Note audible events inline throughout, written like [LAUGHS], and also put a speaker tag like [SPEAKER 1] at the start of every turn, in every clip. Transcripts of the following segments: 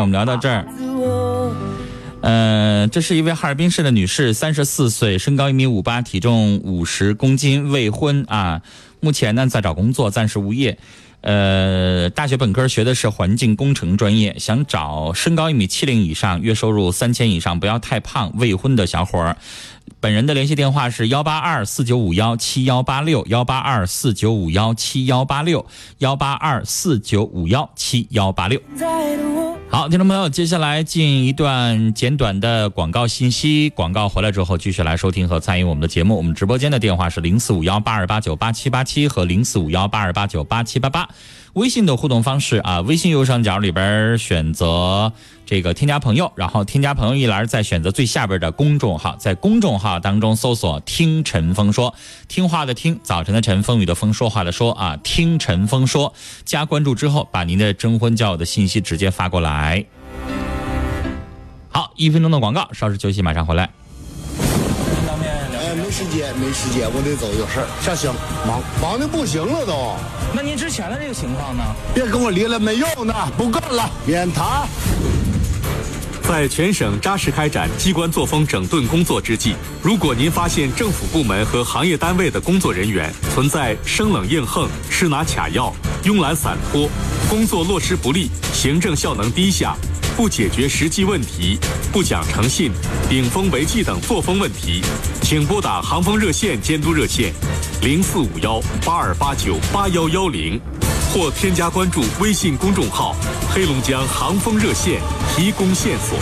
[SPEAKER 1] 我们聊到这儿。呃，这是一位哈尔滨市的女士，三十四岁，身高一米五八，体重五十公斤，未婚啊。目前呢在找工作，暂时无业。呃，大学本科学的是环境工程专业，想找身高一米七零以上，月收入三千以上，不要太胖，未婚的小伙儿。本人的联系电话是幺八二四九五幺七幺八六幺八二四九五幺七幺八六幺八二四九五幺七幺八六。好，听众朋友，接下来进一段简短的广告信息。广告回来之后，继续来收听和参与我们的节目。我们直播间的电话是零四五幺八二八九八七八七和零四五幺八二八九八七八八。微信的互动方式啊，微信右上角里边选择这个添加朋友，然后添加朋友一栏再选择最下边的公众号，在公众号当中搜索“听陈峰说”，听话的听，早晨的晨，风雨的风，说话的说啊，听陈峰说，加关注之后，把您的征婚交友的信息直接发过来。好，一分钟的广告，稍事休息，马上回来。
[SPEAKER 2] 哎，没时间，没时间，我得走，有事儿上行，忙忙的不行了都，
[SPEAKER 3] 那您之前的这个情况呢？
[SPEAKER 2] 别跟我离了，没用的，不干了，免谈。
[SPEAKER 4] 在全省扎实开展机关作风整顿工作之际，如果您发现政府部门和行业单位的工作人员存在生冷硬横、吃拿卡要、慵懒散拖、工作落实不力、行政效能低下、不解决实际问题、不讲诚信、顶风违纪等作风问题，请拨打航风热线监督热线零四五幺八二八九八幺幺零。或添加关注微信公众号“黑龙江航风热线”，提供线索。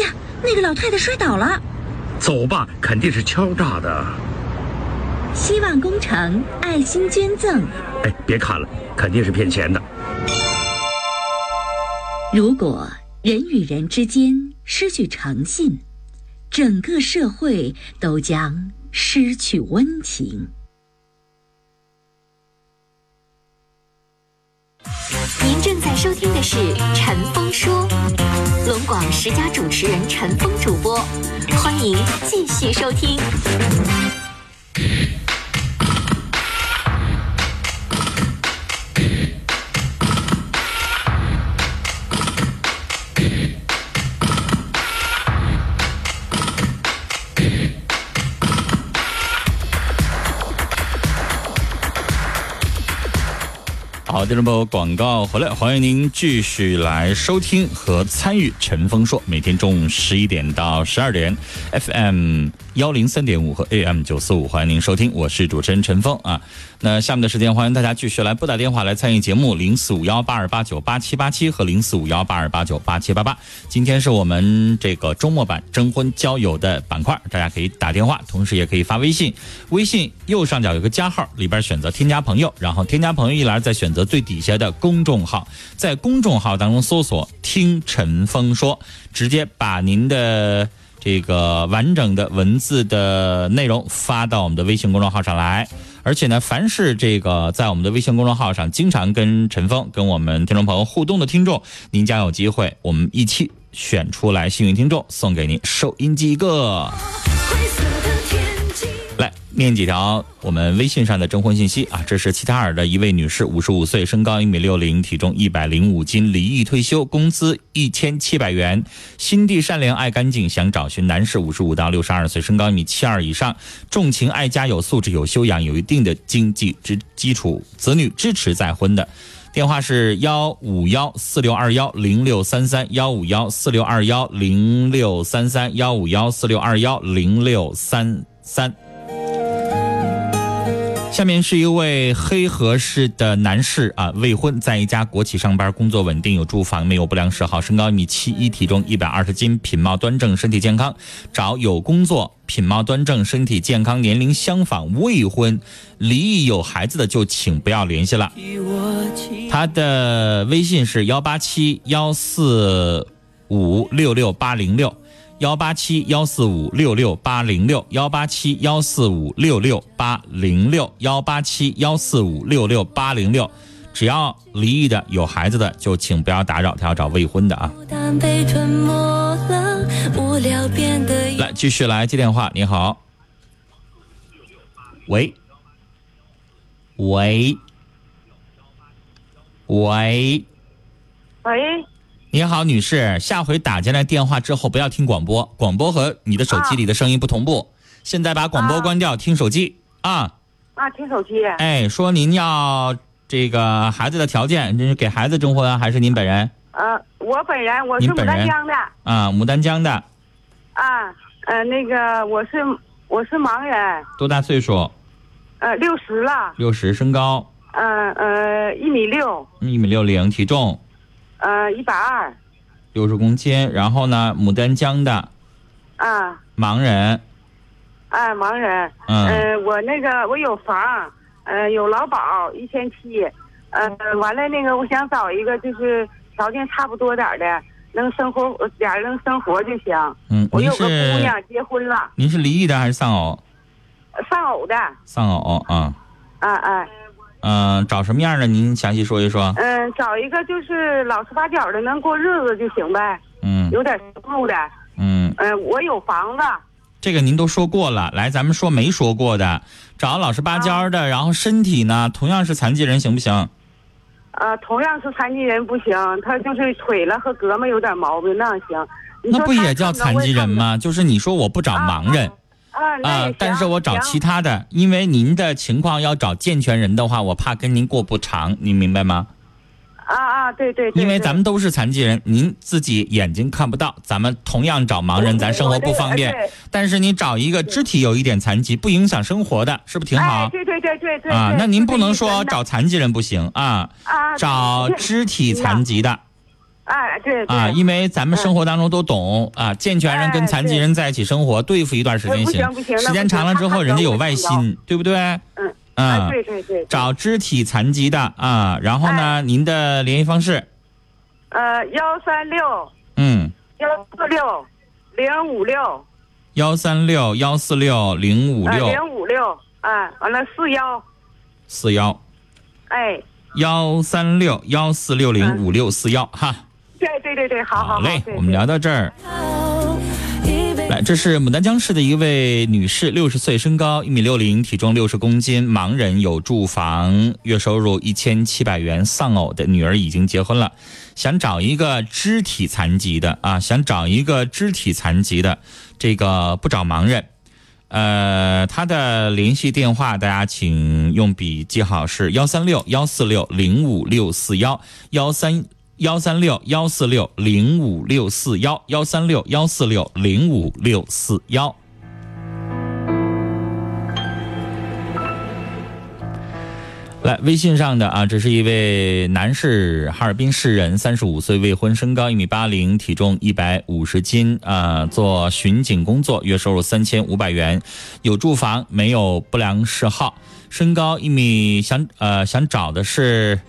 [SPEAKER 5] 呀，那个老太太摔倒了。
[SPEAKER 6] 走吧，肯定是敲诈的。
[SPEAKER 5] 希望工程爱心捐赠。
[SPEAKER 6] 哎，别看了，肯定是骗钱的。
[SPEAKER 5] 如果人与人之间失去诚信，整个社会都将失去温情。
[SPEAKER 7] 您正在收听的是《陈峰说》，龙广十佳主持人陈峰主播，欢迎继续收听。
[SPEAKER 1] 好，听众朋友，广告回来，欢迎您继续来收听和参与《陈峰说》，每天中午十一点到十二点，FM 幺零三点五和 AM 九四五，欢迎您收听，我是主持人陈峰啊。那下面的时间，欢迎大家继续来拨打电话来参与节目，零四五幺八二八九八七八七和零四五幺八二八九八七八八。今天是我们这个周末版征婚交友的板块，大家可以打电话，同时也可以发微信，微信右上角有个加号，里边选择添加朋友，然后添加朋友一栏再选择。最底下的公众号，在公众号当中搜索“听陈峰说”，直接把您的这个完整的文字的内容发到我们的微信公众号上来。而且呢，凡是这个在我们的微信公众号上经常跟陈峰、跟我们听众朋友互动的听众，您将有机会，我们一期选出来幸运听众，送给您收音机一个。来念几条我们微信上的征婚信息啊！这是齐齐哈尔的一位女士，五十五岁，身高一米六零，体重一百零五斤，离异退休，工资一千七百元，心地善良，爱干净，想找寻男士，五十五到六十二岁，身高一米七二以上，重情爱家，有素质，有修养，有一定的经济之基础，子女支持再婚的。电话是幺五幺四六二幺零六三三幺五幺四六二幺零六三三幺五幺四六二幺零六三三。下面是一位黑河市的男士啊，未婚，在一家国企上班，工作稳定，有住房，没有不良嗜好，身高一米七一，体重一百二十斤，品貌端正，身体健康，找有工作、品貌端正、身体健康、年龄相仿、未婚、离异有孩子的就请不要联系了。他的微信是幺八七幺四五六六八零六。幺八七幺四五六六八零六，幺八七幺四五六六八零六，幺八七幺四五六六八零六，只要离异的、有孩子的，就请不要打扰。他要找未婚的
[SPEAKER 8] 嗯
[SPEAKER 1] 啊。来，继续来接电话。你好，喂，喂，喂，
[SPEAKER 9] 喂，
[SPEAKER 1] 你好，女士，下回打进来电话之后不要听广播，广播和你的手机里的声音不同步。现在把广播关掉，听手机啊。
[SPEAKER 9] 啊，听手机，
[SPEAKER 1] 哎，说您要这个孩子的条件，这是给孩子征婚还是您本人
[SPEAKER 9] 呃，我本人我是
[SPEAKER 1] 您
[SPEAKER 9] 牡
[SPEAKER 1] 本人
[SPEAKER 9] 丹江的
[SPEAKER 1] 啊？牡丹江的，
[SPEAKER 9] 啊，呃，那个我是我是盲人，
[SPEAKER 1] 多大岁数？
[SPEAKER 9] 呃，六十了，
[SPEAKER 1] 六十，身高
[SPEAKER 9] 嗯呃，一米六，
[SPEAKER 1] 一米六零，体重
[SPEAKER 9] 呃，一百二，
[SPEAKER 1] 六十公斤。然后呢，牡丹江的
[SPEAKER 9] 啊，
[SPEAKER 1] 盲人，
[SPEAKER 9] 啊，盲人，
[SPEAKER 1] 嗯
[SPEAKER 9] 呃，我那个我有房，呃，有劳保一千七，呃，完了那个我想找一个就是条件差不多点儿的，能生活俩人能生活就行。
[SPEAKER 1] 嗯，
[SPEAKER 9] 我
[SPEAKER 1] 您
[SPEAKER 9] 有个姑
[SPEAKER 1] 是
[SPEAKER 9] 娘结婚了，
[SPEAKER 1] 您是离异的还是丧偶？
[SPEAKER 9] 丧偶的，啊
[SPEAKER 1] 丧偶啊，
[SPEAKER 9] 啊，
[SPEAKER 1] 嗯、找什么样的？您详细说一说。
[SPEAKER 9] 嗯、找一个就是老实巴交的，能过日子就行呗，
[SPEAKER 1] 嗯
[SPEAKER 9] 有点收入的。
[SPEAKER 1] 嗯，
[SPEAKER 9] 嗯、我有房子，
[SPEAKER 1] 这个您都说过了，来，咱们说没说过的，找老实巴交
[SPEAKER 9] 啊
[SPEAKER 1] 的，然后身体呢，同样是残疾人，行不行？
[SPEAKER 9] 呃，同样是残疾人不行，他就是腿了和胳膊有点毛病，那样行。你
[SPEAKER 1] 那
[SPEAKER 9] 说
[SPEAKER 1] 不
[SPEAKER 9] 他
[SPEAKER 1] 也叫
[SPEAKER 9] 看着
[SPEAKER 1] 残
[SPEAKER 9] 我也
[SPEAKER 1] 疾人
[SPEAKER 9] 看不
[SPEAKER 1] 吗？就是你说我不找盲人
[SPEAKER 9] 啊，那也
[SPEAKER 1] 啊
[SPEAKER 9] 行，
[SPEAKER 1] 但是我找
[SPEAKER 9] 行
[SPEAKER 1] 其他的，因为您的情况要找健全人的话，我怕跟您过不长，您明白吗？
[SPEAKER 9] 啊啊，对对对，
[SPEAKER 1] 因为
[SPEAKER 9] 对
[SPEAKER 1] 咱们都是残疾人，您自己眼睛看不到，咱们同样找盲人，咱生活不方
[SPEAKER 9] 对对
[SPEAKER 1] 便
[SPEAKER 9] 对。
[SPEAKER 1] 但是你找一个肢体有一点残疾，不影响生活的，是不是挺
[SPEAKER 9] 哎
[SPEAKER 1] 好，？
[SPEAKER 9] 对对对对对
[SPEAKER 1] 啊，
[SPEAKER 9] 对
[SPEAKER 1] 那您不能
[SPEAKER 9] 是
[SPEAKER 1] 说
[SPEAKER 9] 真的
[SPEAKER 1] 找残疾人不行啊，
[SPEAKER 9] 啊
[SPEAKER 1] 找肢体残疾的
[SPEAKER 9] 哎，对对嗯
[SPEAKER 1] 啊，因为咱们生活当中都懂啊，健全人跟
[SPEAKER 9] 哎
[SPEAKER 1] 残疾人在一起生活，对付一段时间
[SPEAKER 9] 哎不行不行
[SPEAKER 1] 时间长了之
[SPEAKER 9] 那不
[SPEAKER 1] 后，
[SPEAKER 9] 行
[SPEAKER 1] 人家有外心，对不对？
[SPEAKER 9] 嗯
[SPEAKER 1] 啊
[SPEAKER 9] 啊，，对哎对对，
[SPEAKER 1] 找肢体残疾的啊，然后呢，您的联系方式，
[SPEAKER 9] 呃幺三六
[SPEAKER 1] 嗯。
[SPEAKER 9] 啊幺四六零五六
[SPEAKER 1] 幺三六幺四六零五
[SPEAKER 9] 呃
[SPEAKER 1] 六
[SPEAKER 9] 零五六啊，完了四幺
[SPEAKER 1] 四幺
[SPEAKER 9] 哎，
[SPEAKER 1] 幺三六幺四六零五六四幺哈，
[SPEAKER 9] 对对对对，好好
[SPEAKER 1] 嘞
[SPEAKER 9] 对，
[SPEAKER 1] 我们聊到这儿。来，这是牡丹江市的一位女士，六十岁，身高一米六零，体重六十公斤，盲人，有住房，月收入一千七百元，丧偶的女儿已经结婚了，想找一个肢体残疾的啊，想找一个肢体残疾的，这个不找盲人。呃，他的联系电话大家请用笔记好，是幺三六幺四六零五六四幺幺三幺三六幺四六零五六四幺幺三六幺四六零五六四幺。来，微信上的啊，这是一位男士，哈尔滨市人，三十五岁，未婚，身高一米八零，体重一百五十斤，啊、做巡警工作，月收入三千五百元，有住房，没有不良嗜好，身高一米，想呃想找的是。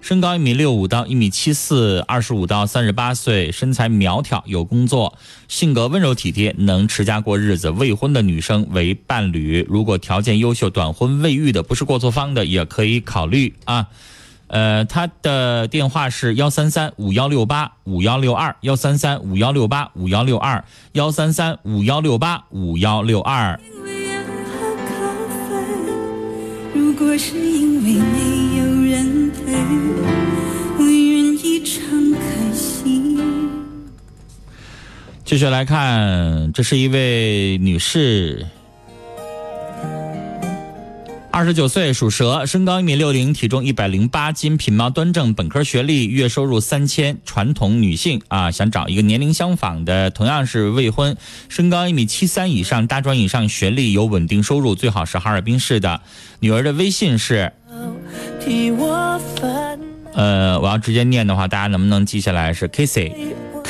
[SPEAKER 1] 身高一米六五到一米七四，二十五到三十八岁，身材苗条，有工作，性格温柔体贴，能持家过日子。未婚的女生为伴侣，如果条件优秀，短婚未育的不是过错方的，也可以考虑啊。呃，他的电话是幺三三五幺六八五幺六二，幺三三五幺六八五幺六二，幺三三五幺六八五幺六二。
[SPEAKER 8] 因为爱和咖啡，如果是因为没有人陪，我愿意敞开心。
[SPEAKER 1] 继续来看，这是一位女士，二十九岁，属蛇，身高一米六零，体重一百零八斤，品貌端正，本科学历，月收入三千，传统女性啊，想找一个年龄相仿的，同样是未婚，身高一米七三以上，大专以上学历，有稳定收入，最好是哈尔滨市的。女儿的微信是，
[SPEAKER 8] 替我烦
[SPEAKER 1] 呃，我要直接念的话，大家能不能记下来？是 Kissy。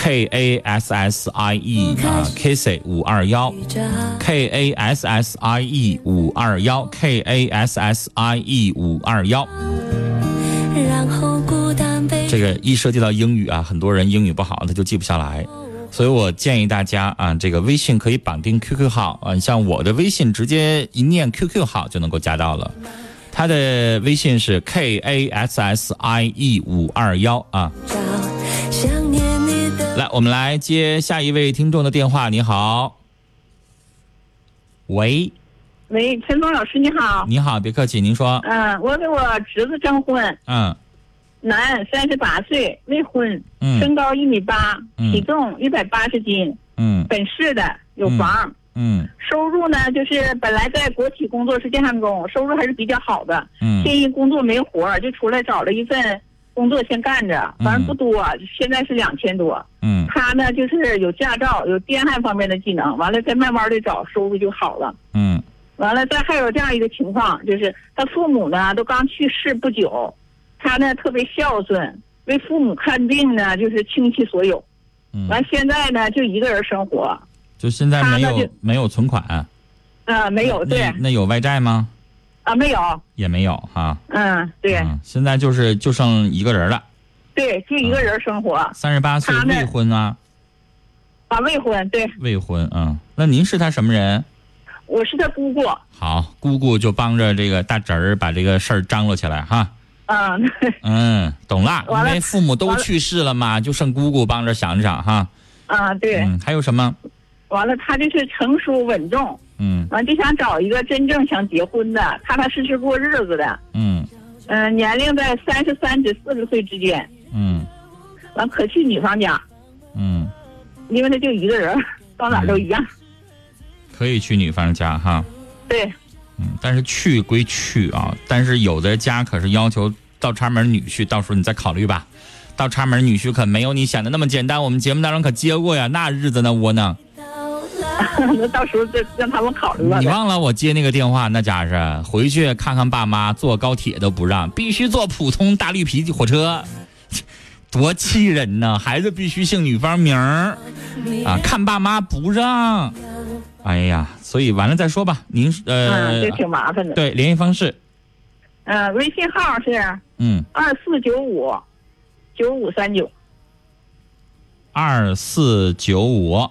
[SPEAKER 1] K A S S I E 啊，Kissy 五二幺，K A S S I E 五二幺，K A S S I E 五二幺。
[SPEAKER 8] 然后孤单被
[SPEAKER 1] 这个一涉及到英语啊，很多人英语不好，他就记不下来。所以我建议大家啊，这个微信可以绑定 QQ 号啊，你像我的微信直接一念 QQ 号就能够加到了。他的微信是 K A S S I E 五二幺啊。
[SPEAKER 8] 找，想念你的。
[SPEAKER 1] 来，我们来接下一位听众的电话。你好，喂，
[SPEAKER 10] 喂，陈峰老师你好，
[SPEAKER 1] 你好，别客气，您说，
[SPEAKER 10] 嗯、我给我侄子征婚，
[SPEAKER 1] 嗯，
[SPEAKER 9] 男，三十八岁，未婚，
[SPEAKER 1] 嗯
[SPEAKER 9] 身高一米八，
[SPEAKER 1] 嗯
[SPEAKER 9] 体重一百八十斤，
[SPEAKER 1] 嗯
[SPEAKER 9] 本市的，有房。
[SPEAKER 1] 嗯
[SPEAKER 9] 收入呢，就是本来在国企工作是电焊工，收入还是比较好的。
[SPEAKER 1] 嗯
[SPEAKER 9] 现一工作没活儿，就出来找了一份工作先干着，反正不多，现在是两千多。
[SPEAKER 1] 嗯
[SPEAKER 9] 他呢，就是有驾照，有电焊方面的技能，完了再慢慢的找收入就好了。
[SPEAKER 1] 嗯
[SPEAKER 9] 完了，再还有这样一个情况，就是他父母呢都刚去世不久，他呢特别孝顺，为父母看病呢就是倾其所有。
[SPEAKER 1] 嗯
[SPEAKER 9] 完现在呢就一个人生活，
[SPEAKER 1] 就现在没
[SPEAKER 9] 他那
[SPEAKER 1] 有
[SPEAKER 9] 就
[SPEAKER 1] 没有存款，
[SPEAKER 9] 啊，没有对
[SPEAKER 1] 那那有外债吗？
[SPEAKER 9] 啊，没有，
[SPEAKER 1] 也没有哈、
[SPEAKER 9] 嗯，对、
[SPEAKER 1] 嗯，现在就是就剩一个人了，
[SPEAKER 9] 对，就
[SPEAKER 1] 嗯
[SPEAKER 9] 一个人生活，
[SPEAKER 1] 三十八岁
[SPEAKER 9] 他呢
[SPEAKER 1] 未婚啊，
[SPEAKER 9] 啊，未婚，对
[SPEAKER 1] 未婚嗯。那您是他什么人？
[SPEAKER 9] 我是他姑姑，
[SPEAKER 1] 好，姑姑就帮着这个大侄儿把这个事儿张罗起来哈。
[SPEAKER 9] 嗯，
[SPEAKER 1] 嗯，懂啦，因
[SPEAKER 9] 完了
[SPEAKER 1] 为父母都
[SPEAKER 9] 完了
[SPEAKER 1] 去世了嘛，就剩姑姑帮着想想哈。
[SPEAKER 9] [LAUGHS] 啊，对，
[SPEAKER 1] 嗯，还有什么？
[SPEAKER 9] 完了他就是成熟稳重，
[SPEAKER 1] 嗯
[SPEAKER 9] 完就想找一个真正想结婚的，踏踏实实过日子的，
[SPEAKER 1] 嗯
[SPEAKER 9] 嗯、年龄在三十三至四十岁之间，
[SPEAKER 1] 嗯
[SPEAKER 9] 完可去女方家，
[SPEAKER 1] 嗯，
[SPEAKER 9] 因为他就一个人，到哪儿都一样，
[SPEAKER 1] 可以去女方家哈。
[SPEAKER 9] 对， [LAUGHS]
[SPEAKER 1] 嗯，但是去归去啊，但是有的家可是要求倒插门女婿，到时候你再考虑吧。倒插门女婿可没有你想的那么简单，我们节目当中可接过呀，那日子那窝囊。
[SPEAKER 9] 那到时候再让他们考虑吧
[SPEAKER 1] 你。忘了我接那个电话，那家是回去看看爸妈，坐高铁都不让，必须坐普通大绿皮火车， [LAUGHS] 多气人呐！孩子必须姓女方名儿啊，看爸妈不让。哎呀，所以完了再说吧。您呃
[SPEAKER 9] 嗯，，这挺麻烦的。
[SPEAKER 1] 对联系方式，
[SPEAKER 9] 嗯、微信号是
[SPEAKER 1] 嗯，
[SPEAKER 9] 二四九五九五三九，
[SPEAKER 1] 二四九五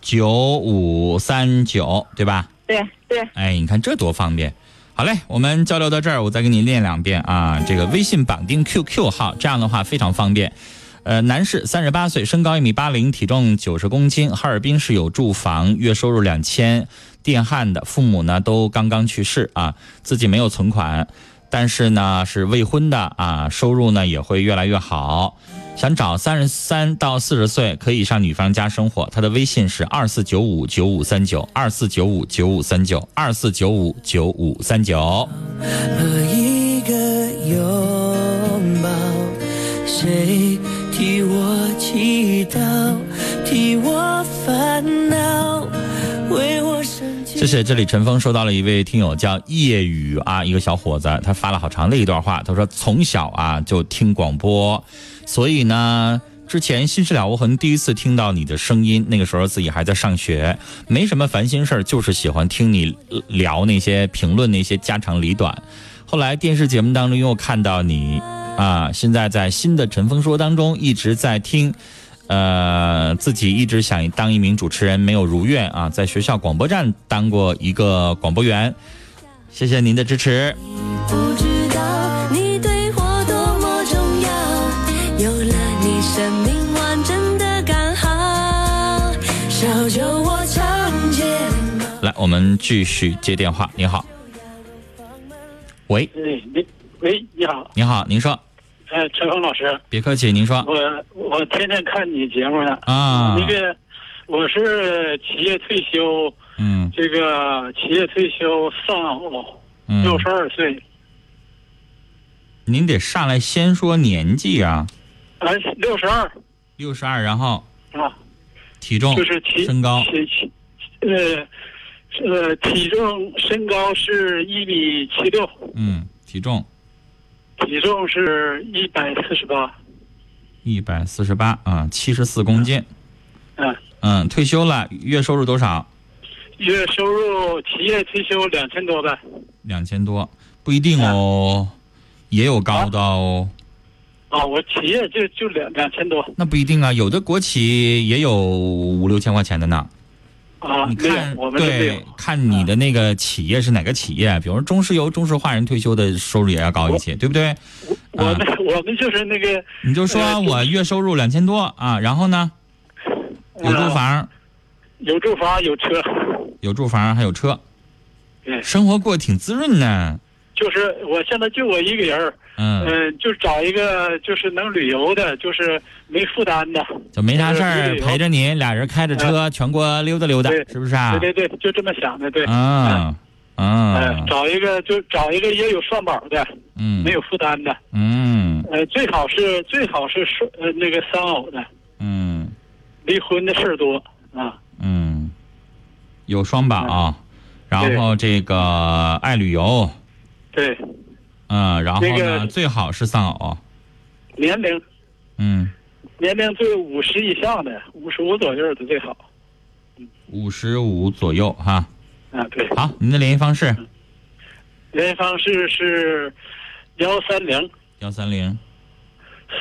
[SPEAKER 1] 九五三九，对吧？
[SPEAKER 9] 对对，
[SPEAKER 1] 哎，你看这多方便。好嘞，我们交流到这儿，我再给你念两遍啊。这个微信绑定 QQ 号，这样的话非常方便。呃，男士，三十八岁，身高一米八零，体重九十公斤，哈尔滨市有住房，月收入两千，电焊的，父母呢都刚刚去世啊，自己没有存款，但是呢是未婚的啊，收入呢也会越来越好。想找三十三到四十岁可以上女方家生活，他的微信是二四九五九五三九二四九五九五三九二四九五九五三九。
[SPEAKER 8] 和一个拥抱，谁替我祈祷，替我烦恼，为我生气。
[SPEAKER 1] 这是这里陈峰收到了一位听友叫叶雨啊，一个小伙子，他发了好长的一段话，他说从小啊就听广播，所以呢。之前心事了无痕第一次听到你的声音，那个时候自己还在上学，没什么烦心事儿，就是喜欢听你呃聊那些评论那些家长里短。后来电视节目当中又看到你啊，现在在新的《陈峰说》当中一直在听，呃，自己一直想当一名主持人，没有如愿啊，在学校广播站当过一个广播员。谢谢您的支持。
[SPEAKER 8] 不知道你对我多么重要，有了你，生命完整的刚好。小酒窝长睫毛。
[SPEAKER 1] 来，我们继续接电话。您好，喂，
[SPEAKER 11] 哎，你喂，你好，
[SPEAKER 1] 您好，您说，
[SPEAKER 11] 哎，陈峰老师，
[SPEAKER 1] 别客气，您说
[SPEAKER 11] 我我天天看你节目呢。
[SPEAKER 1] 啊
[SPEAKER 11] 那个我是企业退休，
[SPEAKER 1] 嗯，
[SPEAKER 11] 这个企业退休丧偶，
[SPEAKER 1] 嗯
[SPEAKER 11] 六十二岁，
[SPEAKER 1] 您得上来先说年纪啊，
[SPEAKER 11] 哎，六十二
[SPEAKER 1] 六十二，然后
[SPEAKER 11] 啊，
[SPEAKER 1] 体重、
[SPEAKER 11] 就是体
[SPEAKER 1] 哦身高，
[SPEAKER 11] 体体呃呃体重身高是一米七六，
[SPEAKER 1] 嗯，体重
[SPEAKER 11] 体重是一百四十八，
[SPEAKER 1] 一百四十八啊，七十四公斤，
[SPEAKER 11] 嗯，
[SPEAKER 1] 嗯，退休了，月收入多少？
[SPEAKER 11] 月收入企业退休两千多呗。
[SPEAKER 1] 两千多，不一定哦，也有高的哦。
[SPEAKER 11] 啊，我企业就就两两千多
[SPEAKER 1] 那不一定啊，有的国企也有五六千块钱的呢。
[SPEAKER 11] 啊，
[SPEAKER 1] 你
[SPEAKER 11] 没有
[SPEAKER 1] 看，
[SPEAKER 11] 我，们都没有
[SPEAKER 1] 对，啊看你的那个企业是哪个企业，比如说中石油、中石化，人退休的收入也要高一些，对不对？
[SPEAKER 11] 我们、 [LAUGHS] 我们就是那个
[SPEAKER 1] 你就说啊我月收入两千多啊，然后呢，
[SPEAKER 11] 嗯
[SPEAKER 1] 有住房，
[SPEAKER 11] 有住房有车，
[SPEAKER 1] 有住房，还有车，
[SPEAKER 11] 对，
[SPEAKER 1] 生活过得挺滋润呢。
[SPEAKER 11] 就是我现在就我一个人儿，
[SPEAKER 1] 嗯
[SPEAKER 11] 呃，就找一个就是能旅游的，就是没负担的，
[SPEAKER 1] 就没啥事
[SPEAKER 11] 就是
[SPEAKER 1] 儿
[SPEAKER 11] 旅游
[SPEAKER 1] 陪着您，俩人开着车全国溜达溜达
[SPEAKER 11] 嗯对，
[SPEAKER 1] 是不是啊？
[SPEAKER 11] 对对对，就这么想的，对。
[SPEAKER 1] 嗯
[SPEAKER 11] 呃
[SPEAKER 1] 嗯
[SPEAKER 11] 找一个就找一个也有社保的，
[SPEAKER 1] 嗯
[SPEAKER 11] 没有负担的，
[SPEAKER 1] 嗯
[SPEAKER 11] 呃，最好是最好是双呃那个丧偶的，
[SPEAKER 1] 嗯
[SPEAKER 11] 离婚的事儿多啊。
[SPEAKER 1] 嗯，有双保，
[SPEAKER 11] 嗯
[SPEAKER 1] 然后这个爱旅游，
[SPEAKER 11] 对，
[SPEAKER 1] 嗯，然后
[SPEAKER 11] 那
[SPEAKER 1] 呢
[SPEAKER 11] 个
[SPEAKER 1] 最好是丧偶，
[SPEAKER 11] 年龄
[SPEAKER 1] 嗯，
[SPEAKER 11] 年龄最五十以上的，五十五左右的最好
[SPEAKER 1] 五十五左右哈。
[SPEAKER 11] 啊。对，
[SPEAKER 1] 好，您的联系方式
[SPEAKER 11] 联系方式是幺三零
[SPEAKER 1] 幺三零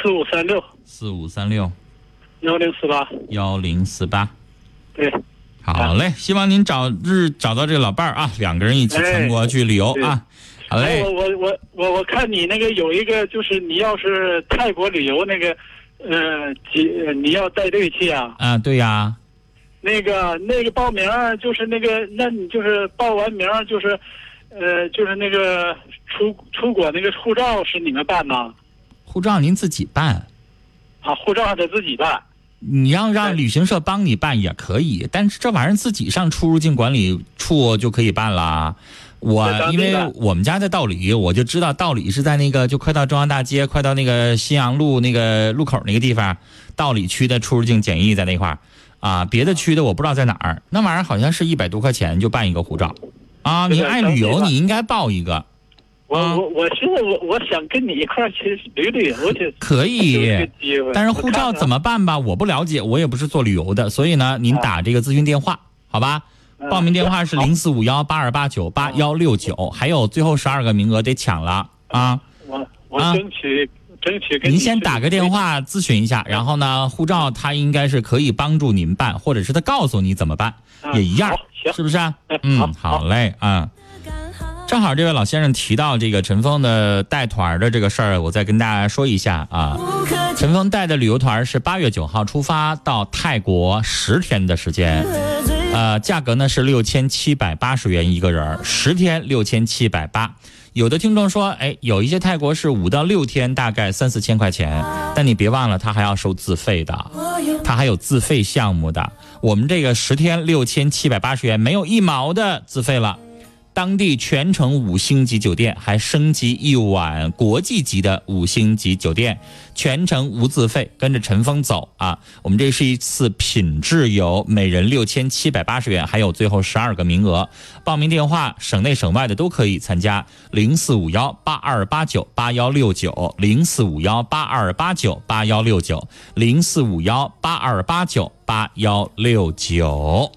[SPEAKER 11] 四五三六
[SPEAKER 1] 四五三六
[SPEAKER 11] 幺零四八，
[SPEAKER 1] 幺零四八。
[SPEAKER 11] 对，
[SPEAKER 1] 好嘞，希望您找日找到这个老伴儿啊，两个人一起全国去旅游啊。好
[SPEAKER 11] 哎，
[SPEAKER 1] 嘞
[SPEAKER 11] 我，我我我我看你那个有一个，就是你要是泰国旅游那个，呃，几呃你要带队去啊？
[SPEAKER 1] 啊，对呀，
[SPEAKER 11] 那个那个报名儿就是那个，那你就是报完名儿就是，呃，就是那个出出国那个护照是你们办吗？
[SPEAKER 1] 护照您自己办，
[SPEAKER 11] 啊，护照还得自己办。
[SPEAKER 1] 你要让旅行社帮你办也可以，但是这玩意儿自己上出入境管理处就可以办啦。我
[SPEAKER 11] 在当地
[SPEAKER 1] 因为
[SPEAKER 11] 办
[SPEAKER 1] 我们家在道里，我就知道道里是在那个就快到中央大街，快到那个新阳路那个路口那个地方，道里区的出入境检疫在那块儿啊，别的区的我不知道在哪儿。那玩意儿好像是一百多块钱就办一个护照啊，
[SPEAKER 11] 对
[SPEAKER 1] 你
[SPEAKER 11] 在
[SPEAKER 1] 爱
[SPEAKER 11] 当地
[SPEAKER 1] 旅游
[SPEAKER 11] 办
[SPEAKER 1] 你应该报一个。
[SPEAKER 11] 我
[SPEAKER 1] 啊
[SPEAKER 11] 我我寻思我我想跟你一块儿去旅旅游去，
[SPEAKER 1] 可
[SPEAKER 11] 有这
[SPEAKER 1] 以
[SPEAKER 11] 个机会，
[SPEAKER 1] 但是护
[SPEAKER 11] 啊
[SPEAKER 1] 照怎么办吧？我不了解，我也不是做旅游的，所以呢，您打这个咨询电话，好吧？报名电话是零四五幺八二八九八幺六九，还有最后十二个名额得抢了啊！
[SPEAKER 11] 我我
[SPEAKER 1] 啊
[SPEAKER 11] 争取、争取跟
[SPEAKER 1] 您
[SPEAKER 11] 你
[SPEAKER 1] 先
[SPEAKER 11] 去
[SPEAKER 1] 打个电话咨询一下，然后呢，护照他应该是可以帮助您办，或者是他告诉你怎么办，也一样，是不是啊？嗯，好嘞，啊。正好这位老先生提到这个陈峰的带团儿的这个事儿，我再跟大家说一下啊。陈峰带的旅游团是八月九号出发到泰国十天的时间，呃，价格呢是六千七百八十元一个人儿，十天六千七百八。有的听众说，哎，有一些泰国是五到六天，大概三四千块钱，但你别忘了，他还要收自费的，他还有自费项目的。我们这个十天六千七百八十元，没有一毛的自费了。当地全程五星级酒店，还升级一晚国际级的五星级酒店，全程无自费，跟着陈峰走啊！我们这是一次品质游，每人六千七百八十元，还有最后十二个名额，报名电话省内省外的都可以参加，零四五幺八二八九八幺六九，零四五幺八二八九八幺六九，零四五幺八二八九八幺六九。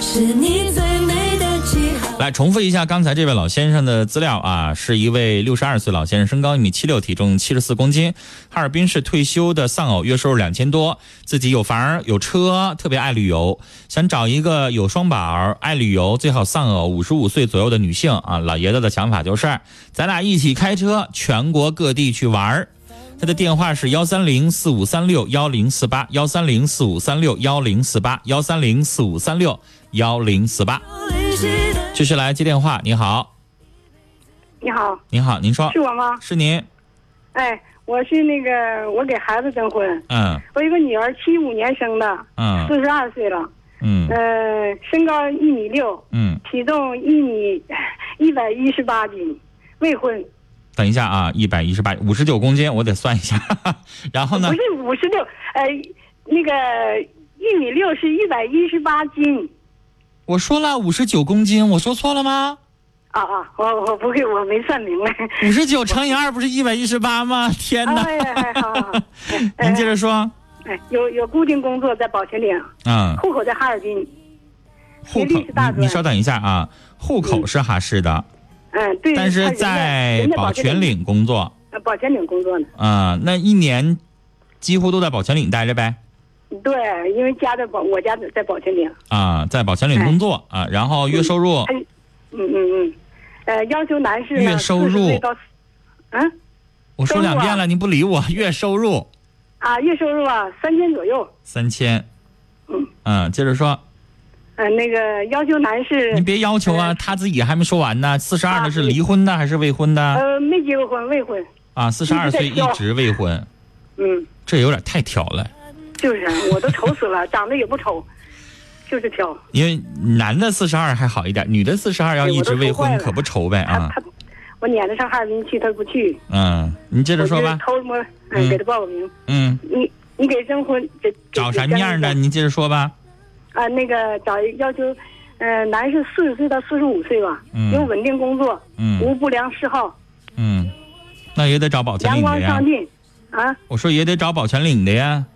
[SPEAKER 8] 是你最美的记号。
[SPEAKER 1] 来重复一下刚才这位老先生的资料啊，是一位六十二岁老先生，身高一米七六，体重七十四公斤，哈尔滨市退休的丧偶，月收入两千多，自己有房有车，特别爱旅游，想找一个有双保、爱旅游，最好丧偶五十五岁左右的女性啊。老爷子的想法就是，咱俩一起开车全国各地去玩儿。他的电话是幺三零四五三六幺零四八，幺三零四五三六幺零四八，幺三零四五三六幺零四八。继续来接电话。你好，
[SPEAKER 12] 你好，
[SPEAKER 1] 你好，您说
[SPEAKER 12] 是我吗？
[SPEAKER 1] 是您？
[SPEAKER 12] 哎，我是那个我给孩子征婚，
[SPEAKER 1] 嗯
[SPEAKER 12] 我有个女儿，七五年生的，
[SPEAKER 1] 嗯
[SPEAKER 12] 四十二岁了，
[SPEAKER 1] 嗯
[SPEAKER 12] 呃，身高一米六，
[SPEAKER 1] 嗯，
[SPEAKER 12] 体重一米一百一十八斤，未婚，
[SPEAKER 1] 等一下啊，一百一十八，五十九公斤，我得算一下。 [LAUGHS] 然后呢
[SPEAKER 12] 不？是五十六，呃，那个一米六是一百一十八斤。
[SPEAKER 1] 我说了五十九公斤，我说错了吗？
[SPEAKER 12] 啊啊，我我不会，我没算明白。
[SPEAKER 1] 五十九乘以二不是一百一十八吗？天哪！
[SPEAKER 12] 哎哎好，好好
[SPEAKER 1] 您接着说。
[SPEAKER 12] 哎，有有固定工作在保全岭，
[SPEAKER 1] 嗯，
[SPEAKER 12] 户口在哈尔滨，
[SPEAKER 1] 户
[SPEAKER 12] 学
[SPEAKER 1] 口
[SPEAKER 12] 历是大，
[SPEAKER 1] 你你
[SPEAKER 12] 专。
[SPEAKER 1] 稍等一下啊，户口是哈市的，
[SPEAKER 12] 嗯，对。
[SPEAKER 1] 但
[SPEAKER 12] 他
[SPEAKER 1] 是
[SPEAKER 12] 人人家
[SPEAKER 1] 保全岭工作
[SPEAKER 12] 呃，保全岭工作呢。
[SPEAKER 1] 啊，那一年几乎都在保全岭待着呗。
[SPEAKER 12] 对，因为家在保，我家在保全岭。
[SPEAKER 1] 啊，在保全岭工作啊，然后月收入
[SPEAKER 12] 嗯嗯嗯嗯，呃，要求男士呢
[SPEAKER 1] 月收入
[SPEAKER 12] 40岁到，嗯
[SPEAKER 1] 我说两遍了，您不理我， [LAUGHS] 月收入
[SPEAKER 12] 啊，月收入啊三千左右。
[SPEAKER 1] 嗯三千，嗯，接着说，
[SPEAKER 12] 呃，那个要求男士，
[SPEAKER 1] 您别要求
[SPEAKER 12] 嗯
[SPEAKER 1] 啊，他自己还没说完呢。四十二的是离婚的还是未婚的？
[SPEAKER 12] 啊呃，没结过婚，未婚，
[SPEAKER 1] 啊，四十二岁一直未婚，
[SPEAKER 12] 嗯，
[SPEAKER 1] 这有点太挑了。
[SPEAKER 12] 就是我都愁死了，长得也不丑，嗯就是挑。
[SPEAKER 1] 因为男的四十二还好一点，女的四十二要
[SPEAKER 12] 对
[SPEAKER 1] 一直未
[SPEAKER 12] 我
[SPEAKER 1] 婚
[SPEAKER 12] 都愁坏了
[SPEAKER 1] 可不愁呗啊。
[SPEAKER 12] 我撵他上哈尔滨去，他不去。
[SPEAKER 1] 嗯，你接着说
[SPEAKER 12] 我
[SPEAKER 1] 吧
[SPEAKER 12] 就。偷摸，嗯，给他报个名。
[SPEAKER 1] 嗯，
[SPEAKER 12] 你你给征婚，这
[SPEAKER 1] 找什么样的？
[SPEAKER 12] 这
[SPEAKER 1] 您接着说吧。
[SPEAKER 12] 啊，那个找一要求，呃，男士四十岁到四十五岁吧，
[SPEAKER 1] 嗯
[SPEAKER 12] 有稳定工作，
[SPEAKER 1] 嗯
[SPEAKER 12] 无不良嗜好，
[SPEAKER 1] 嗯，那也得找保全
[SPEAKER 12] 阳
[SPEAKER 1] 领
[SPEAKER 12] 光
[SPEAKER 1] 的呀
[SPEAKER 12] 上。进，啊，
[SPEAKER 1] 我说也得找保全领的呀。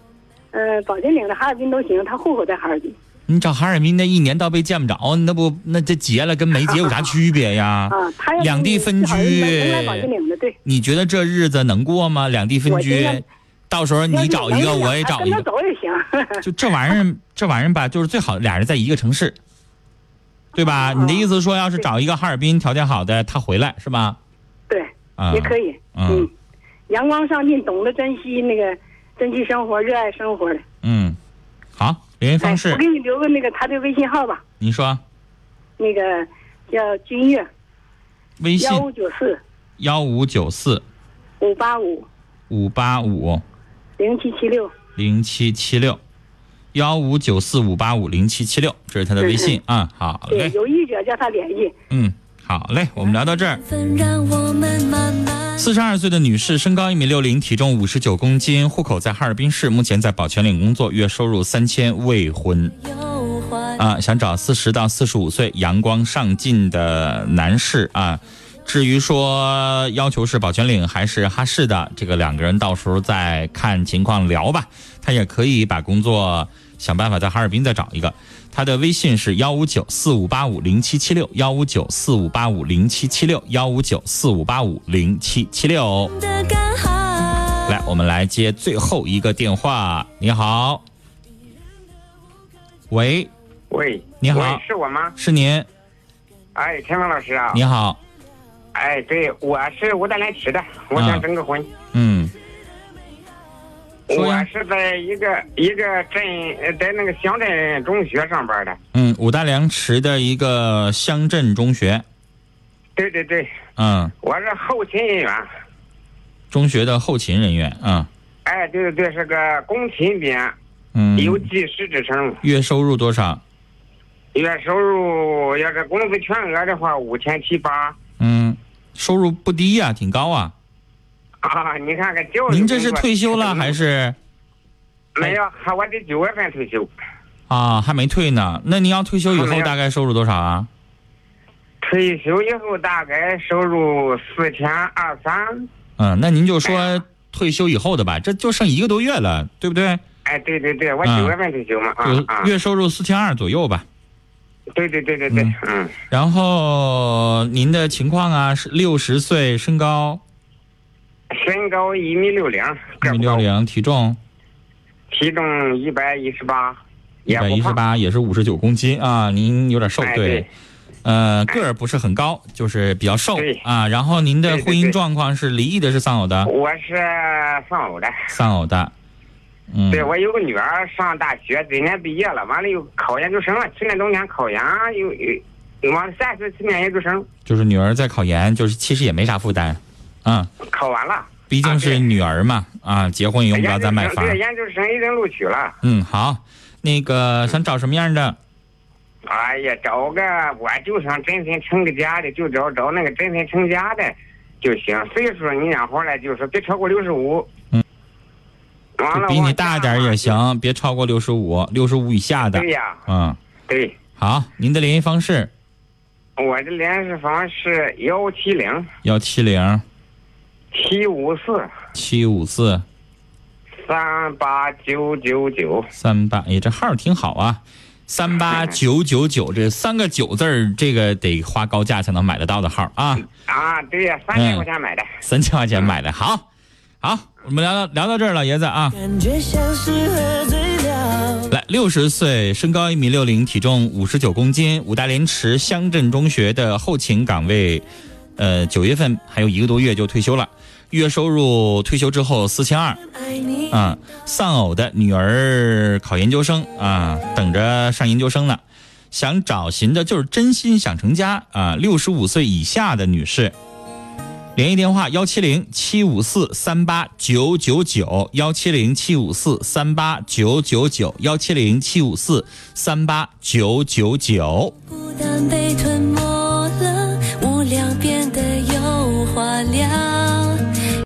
[SPEAKER 12] 呃，保健领的哈尔滨都行，他户口在哈尔滨。
[SPEAKER 1] 你找哈尔滨那一年到被见不着，那不那这结了跟没结有啥区别呀？
[SPEAKER 12] [LAUGHS] 啊，他要是
[SPEAKER 1] 两地分居
[SPEAKER 12] 好像原来保健领的，对，
[SPEAKER 1] 你觉得这日子能过吗？两地分
[SPEAKER 12] 我觉
[SPEAKER 1] 居
[SPEAKER 12] 得，
[SPEAKER 1] 到时候你找一个，我也找一个，
[SPEAKER 12] 啊跟他走也行。
[SPEAKER 1] 就这玩意儿，这玩意儿吧，就是最好俩人在一个城市，对
[SPEAKER 12] 啊
[SPEAKER 1] 吧？你的意思说，要是找一个哈尔滨条件好的，他回来是吧？
[SPEAKER 12] 对，
[SPEAKER 1] 啊
[SPEAKER 12] 也可以，
[SPEAKER 1] 嗯
[SPEAKER 12] 阳光上进，懂得珍惜那个珍惜生活、热爱生活的。
[SPEAKER 1] 嗯，好，联系方
[SPEAKER 12] 哎我
[SPEAKER 1] 式
[SPEAKER 12] 给你留个那个他的微信号吧，
[SPEAKER 1] 你说，
[SPEAKER 12] 那个叫君悦，
[SPEAKER 1] 微信
[SPEAKER 12] 幺五九四
[SPEAKER 1] 幺五九四
[SPEAKER 12] 五八五
[SPEAKER 1] 五八五
[SPEAKER 12] 零七七六。
[SPEAKER 1] 零七七六，幺五九四五八五零七七六，这是他的微信啊、好
[SPEAKER 12] 对，
[SPEAKER 1] 嘞，
[SPEAKER 12] 有意者叫他联系。
[SPEAKER 1] 嗯，好嘞，我们聊到这儿。
[SPEAKER 8] 让我们慢慢。
[SPEAKER 1] 四十二岁的女士，身高一米六零，体重五十九公斤，户口在哈尔滨市，目前在保全岭工作，月收入三千，未婚。啊，想找四十到四十五岁阳光上进的男士啊。至于说要求是保全岭还是哈市的，这个两个人到时候再看情况聊吧。他也可以把工作想办法在哈尔滨再找一个。他的微信是幺五九四五八五零七七六，幺五九四五八五零七七六，幺五九四五八五零七七六。来，我们来接最后一个电话。你好，喂，
[SPEAKER 11] 喂，
[SPEAKER 1] 你好
[SPEAKER 11] 喂是我吗？
[SPEAKER 1] 是您，
[SPEAKER 11] 哎，天放老师啊，
[SPEAKER 1] 你，好，
[SPEAKER 11] 哎，对，我是牡丹来迟的，我
[SPEAKER 1] 啊
[SPEAKER 11] 想征个婚，
[SPEAKER 1] 嗯，
[SPEAKER 11] 我是在一个一个镇，呃在那个乡镇中学上班的，
[SPEAKER 1] 嗯，五大良池的一个乡镇中学，
[SPEAKER 11] 对对对，
[SPEAKER 1] 嗯，
[SPEAKER 11] 我是后勤人员，
[SPEAKER 1] 中学的后勤人员，嗯
[SPEAKER 11] 哎，对对对，是个工勤编，
[SPEAKER 1] 嗯，
[SPEAKER 11] 有技师职称，
[SPEAKER 1] 月收入多少？
[SPEAKER 11] 月收入要是工资全额的话，五千七八 [LAUGHS]
[SPEAKER 1] 嗯，收入不低呀、挺高啊。
[SPEAKER 11] 啊，你看看教育，
[SPEAKER 1] 您这是退休了还？是
[SPEAKER 11] 嗯没有，还我得九月份退休，
[SPEAKER 1] 啊？还没退呢。那您要退休以
[SPEAKER 11] 还没
[SPEAKER 1] 后
[SPEAKER 11] 有
[SPEAKER 1] 大概收入多少啊？
[SPEAKER 11] 退休以后大概收入四千二三。
[SPEAKER 1] 嗯，那您就说
[SPEAKER 11] 啊
[SPEAKER 1] 退休以后的吧，这就剩一个多月了，对不对？
[SPEAKER 11] 哎，对对对，我
[SPEAKER 1] 嗯
[SPEAKER 11] 九月份退休嘛，啊
[SPEAKER 1] 就
[SPEAKER 11] 啊，
[SPEAKER 1] 月收入四千二左右吧。
[SPEAKER 11] 对对对对对，嗯，
[SPEAKER 1] 然后您的情况啊，是六十岁，身高
[SPEAKER 11] 嗯身高一米六零，
[SPEAKER 1] 一米六零，体重
[SPEAKER 11] 体重一百一十八，
[SPEAKER 1] 一
[SPEAKER 11] 也
[SPEAKER 1] 百一
[SPEAKER 11] 不
[SPEAKER 1] 十
[SPEAKER 11] 胖，
[SPEAKER 1] 八，也是五十九公斤啊。您有点瘦，
[SPEAKER 11] 哎
[SPEAKER 1] 对
[SPEAKER 11] 对。
[SPEAKER 1] 呃，个儿不是很高，就是比较瘦啊。然后您的
[SPEAKER 11] 对对
[SPEAKER 1] 婚姻
[SPEAKER 11] 对
[SPEAKER 1] 状况是离异的，是丧偶的？
[SPEAKER 11] 我是丧偶的，
[SPEAKER 1] 丧偶的。嗯，
[SPEAKER 11] 对我有个女儿上大学，今年毕业了，完了又考研究生了，去年冬天考研又又，完了三十去年研究生
[SPEAKER 1] 就是女儿在考研，就是其实也没啥负担，啊，
[SPEAKER 11] 考完了，
[SPEAKER 1] 毕竟是女儿嘛，啊，结婚以后不要
[SPEAKER 11] 研究
[SPEAKER 1] 再买
[SPEAKER 11] 生
[SPEAKER 1] 房。
[SPEAKER 11] 哎对研究生已经录取了，
[SPEAKER 1] 嗯，好，那个想找什么样的？
[SPEAKER 11] 哎呀，找个我就想真心成个家的，就找找那个真心成家的就行。岁数你养活了，就是别超过六十五。
[SPEAKER 1] 嗯。
[SPEAKER 11] 完了，
[SPEAKER 1] 比
[SPEAKER 11] 我
[SPEAKER 1] 你大点儿也行，别超过六十五，六十五以下的。
[SPEAKER 11] 对呀
[SPEAKER 1] 嗯，
[SPEAKER 11] 对，
[SPEAKER 1] 好，您的联系方式
[SPEAKER 11] 我的联系方式幺七零
[SPEAKER 1] 幺七零
[SPEAKER 11] 七五四
[SPEAKER 1] 七五四
[SPEAKER 11] 三八九九九。
[SPEAKER 1] 三八，哎，这号儿挺好啊，三八九九九，这三个九字儿，这个得花高价才能买得到的号儿啊。
[SPEAKER 11] 啊，对呀、三千块钱买的。
[SPEAKER 1] 三千块钱买的，好，好，我们聊到聊到这儿，老爷子啊。
[SPEAKER 8] 感觉像是喝醉了。
[SPEAKER 1] 来，六十岁，身高一米六零，体重五十九公斤，五大连池乡镇中学的后勤岗位，呃，九月份还有一个多月就退休了，月收入退休之后四千二，啊，丧偶的女儿考研究生啊，等着上研究生呢，想找寻的就是真心想成家啊，六十五岁以下的女士。联系电话幺七零七五四三八九九九，幺七零七五四三八九九九，幺七零七五四三八九九九。
[SPEAKER 8] 但被推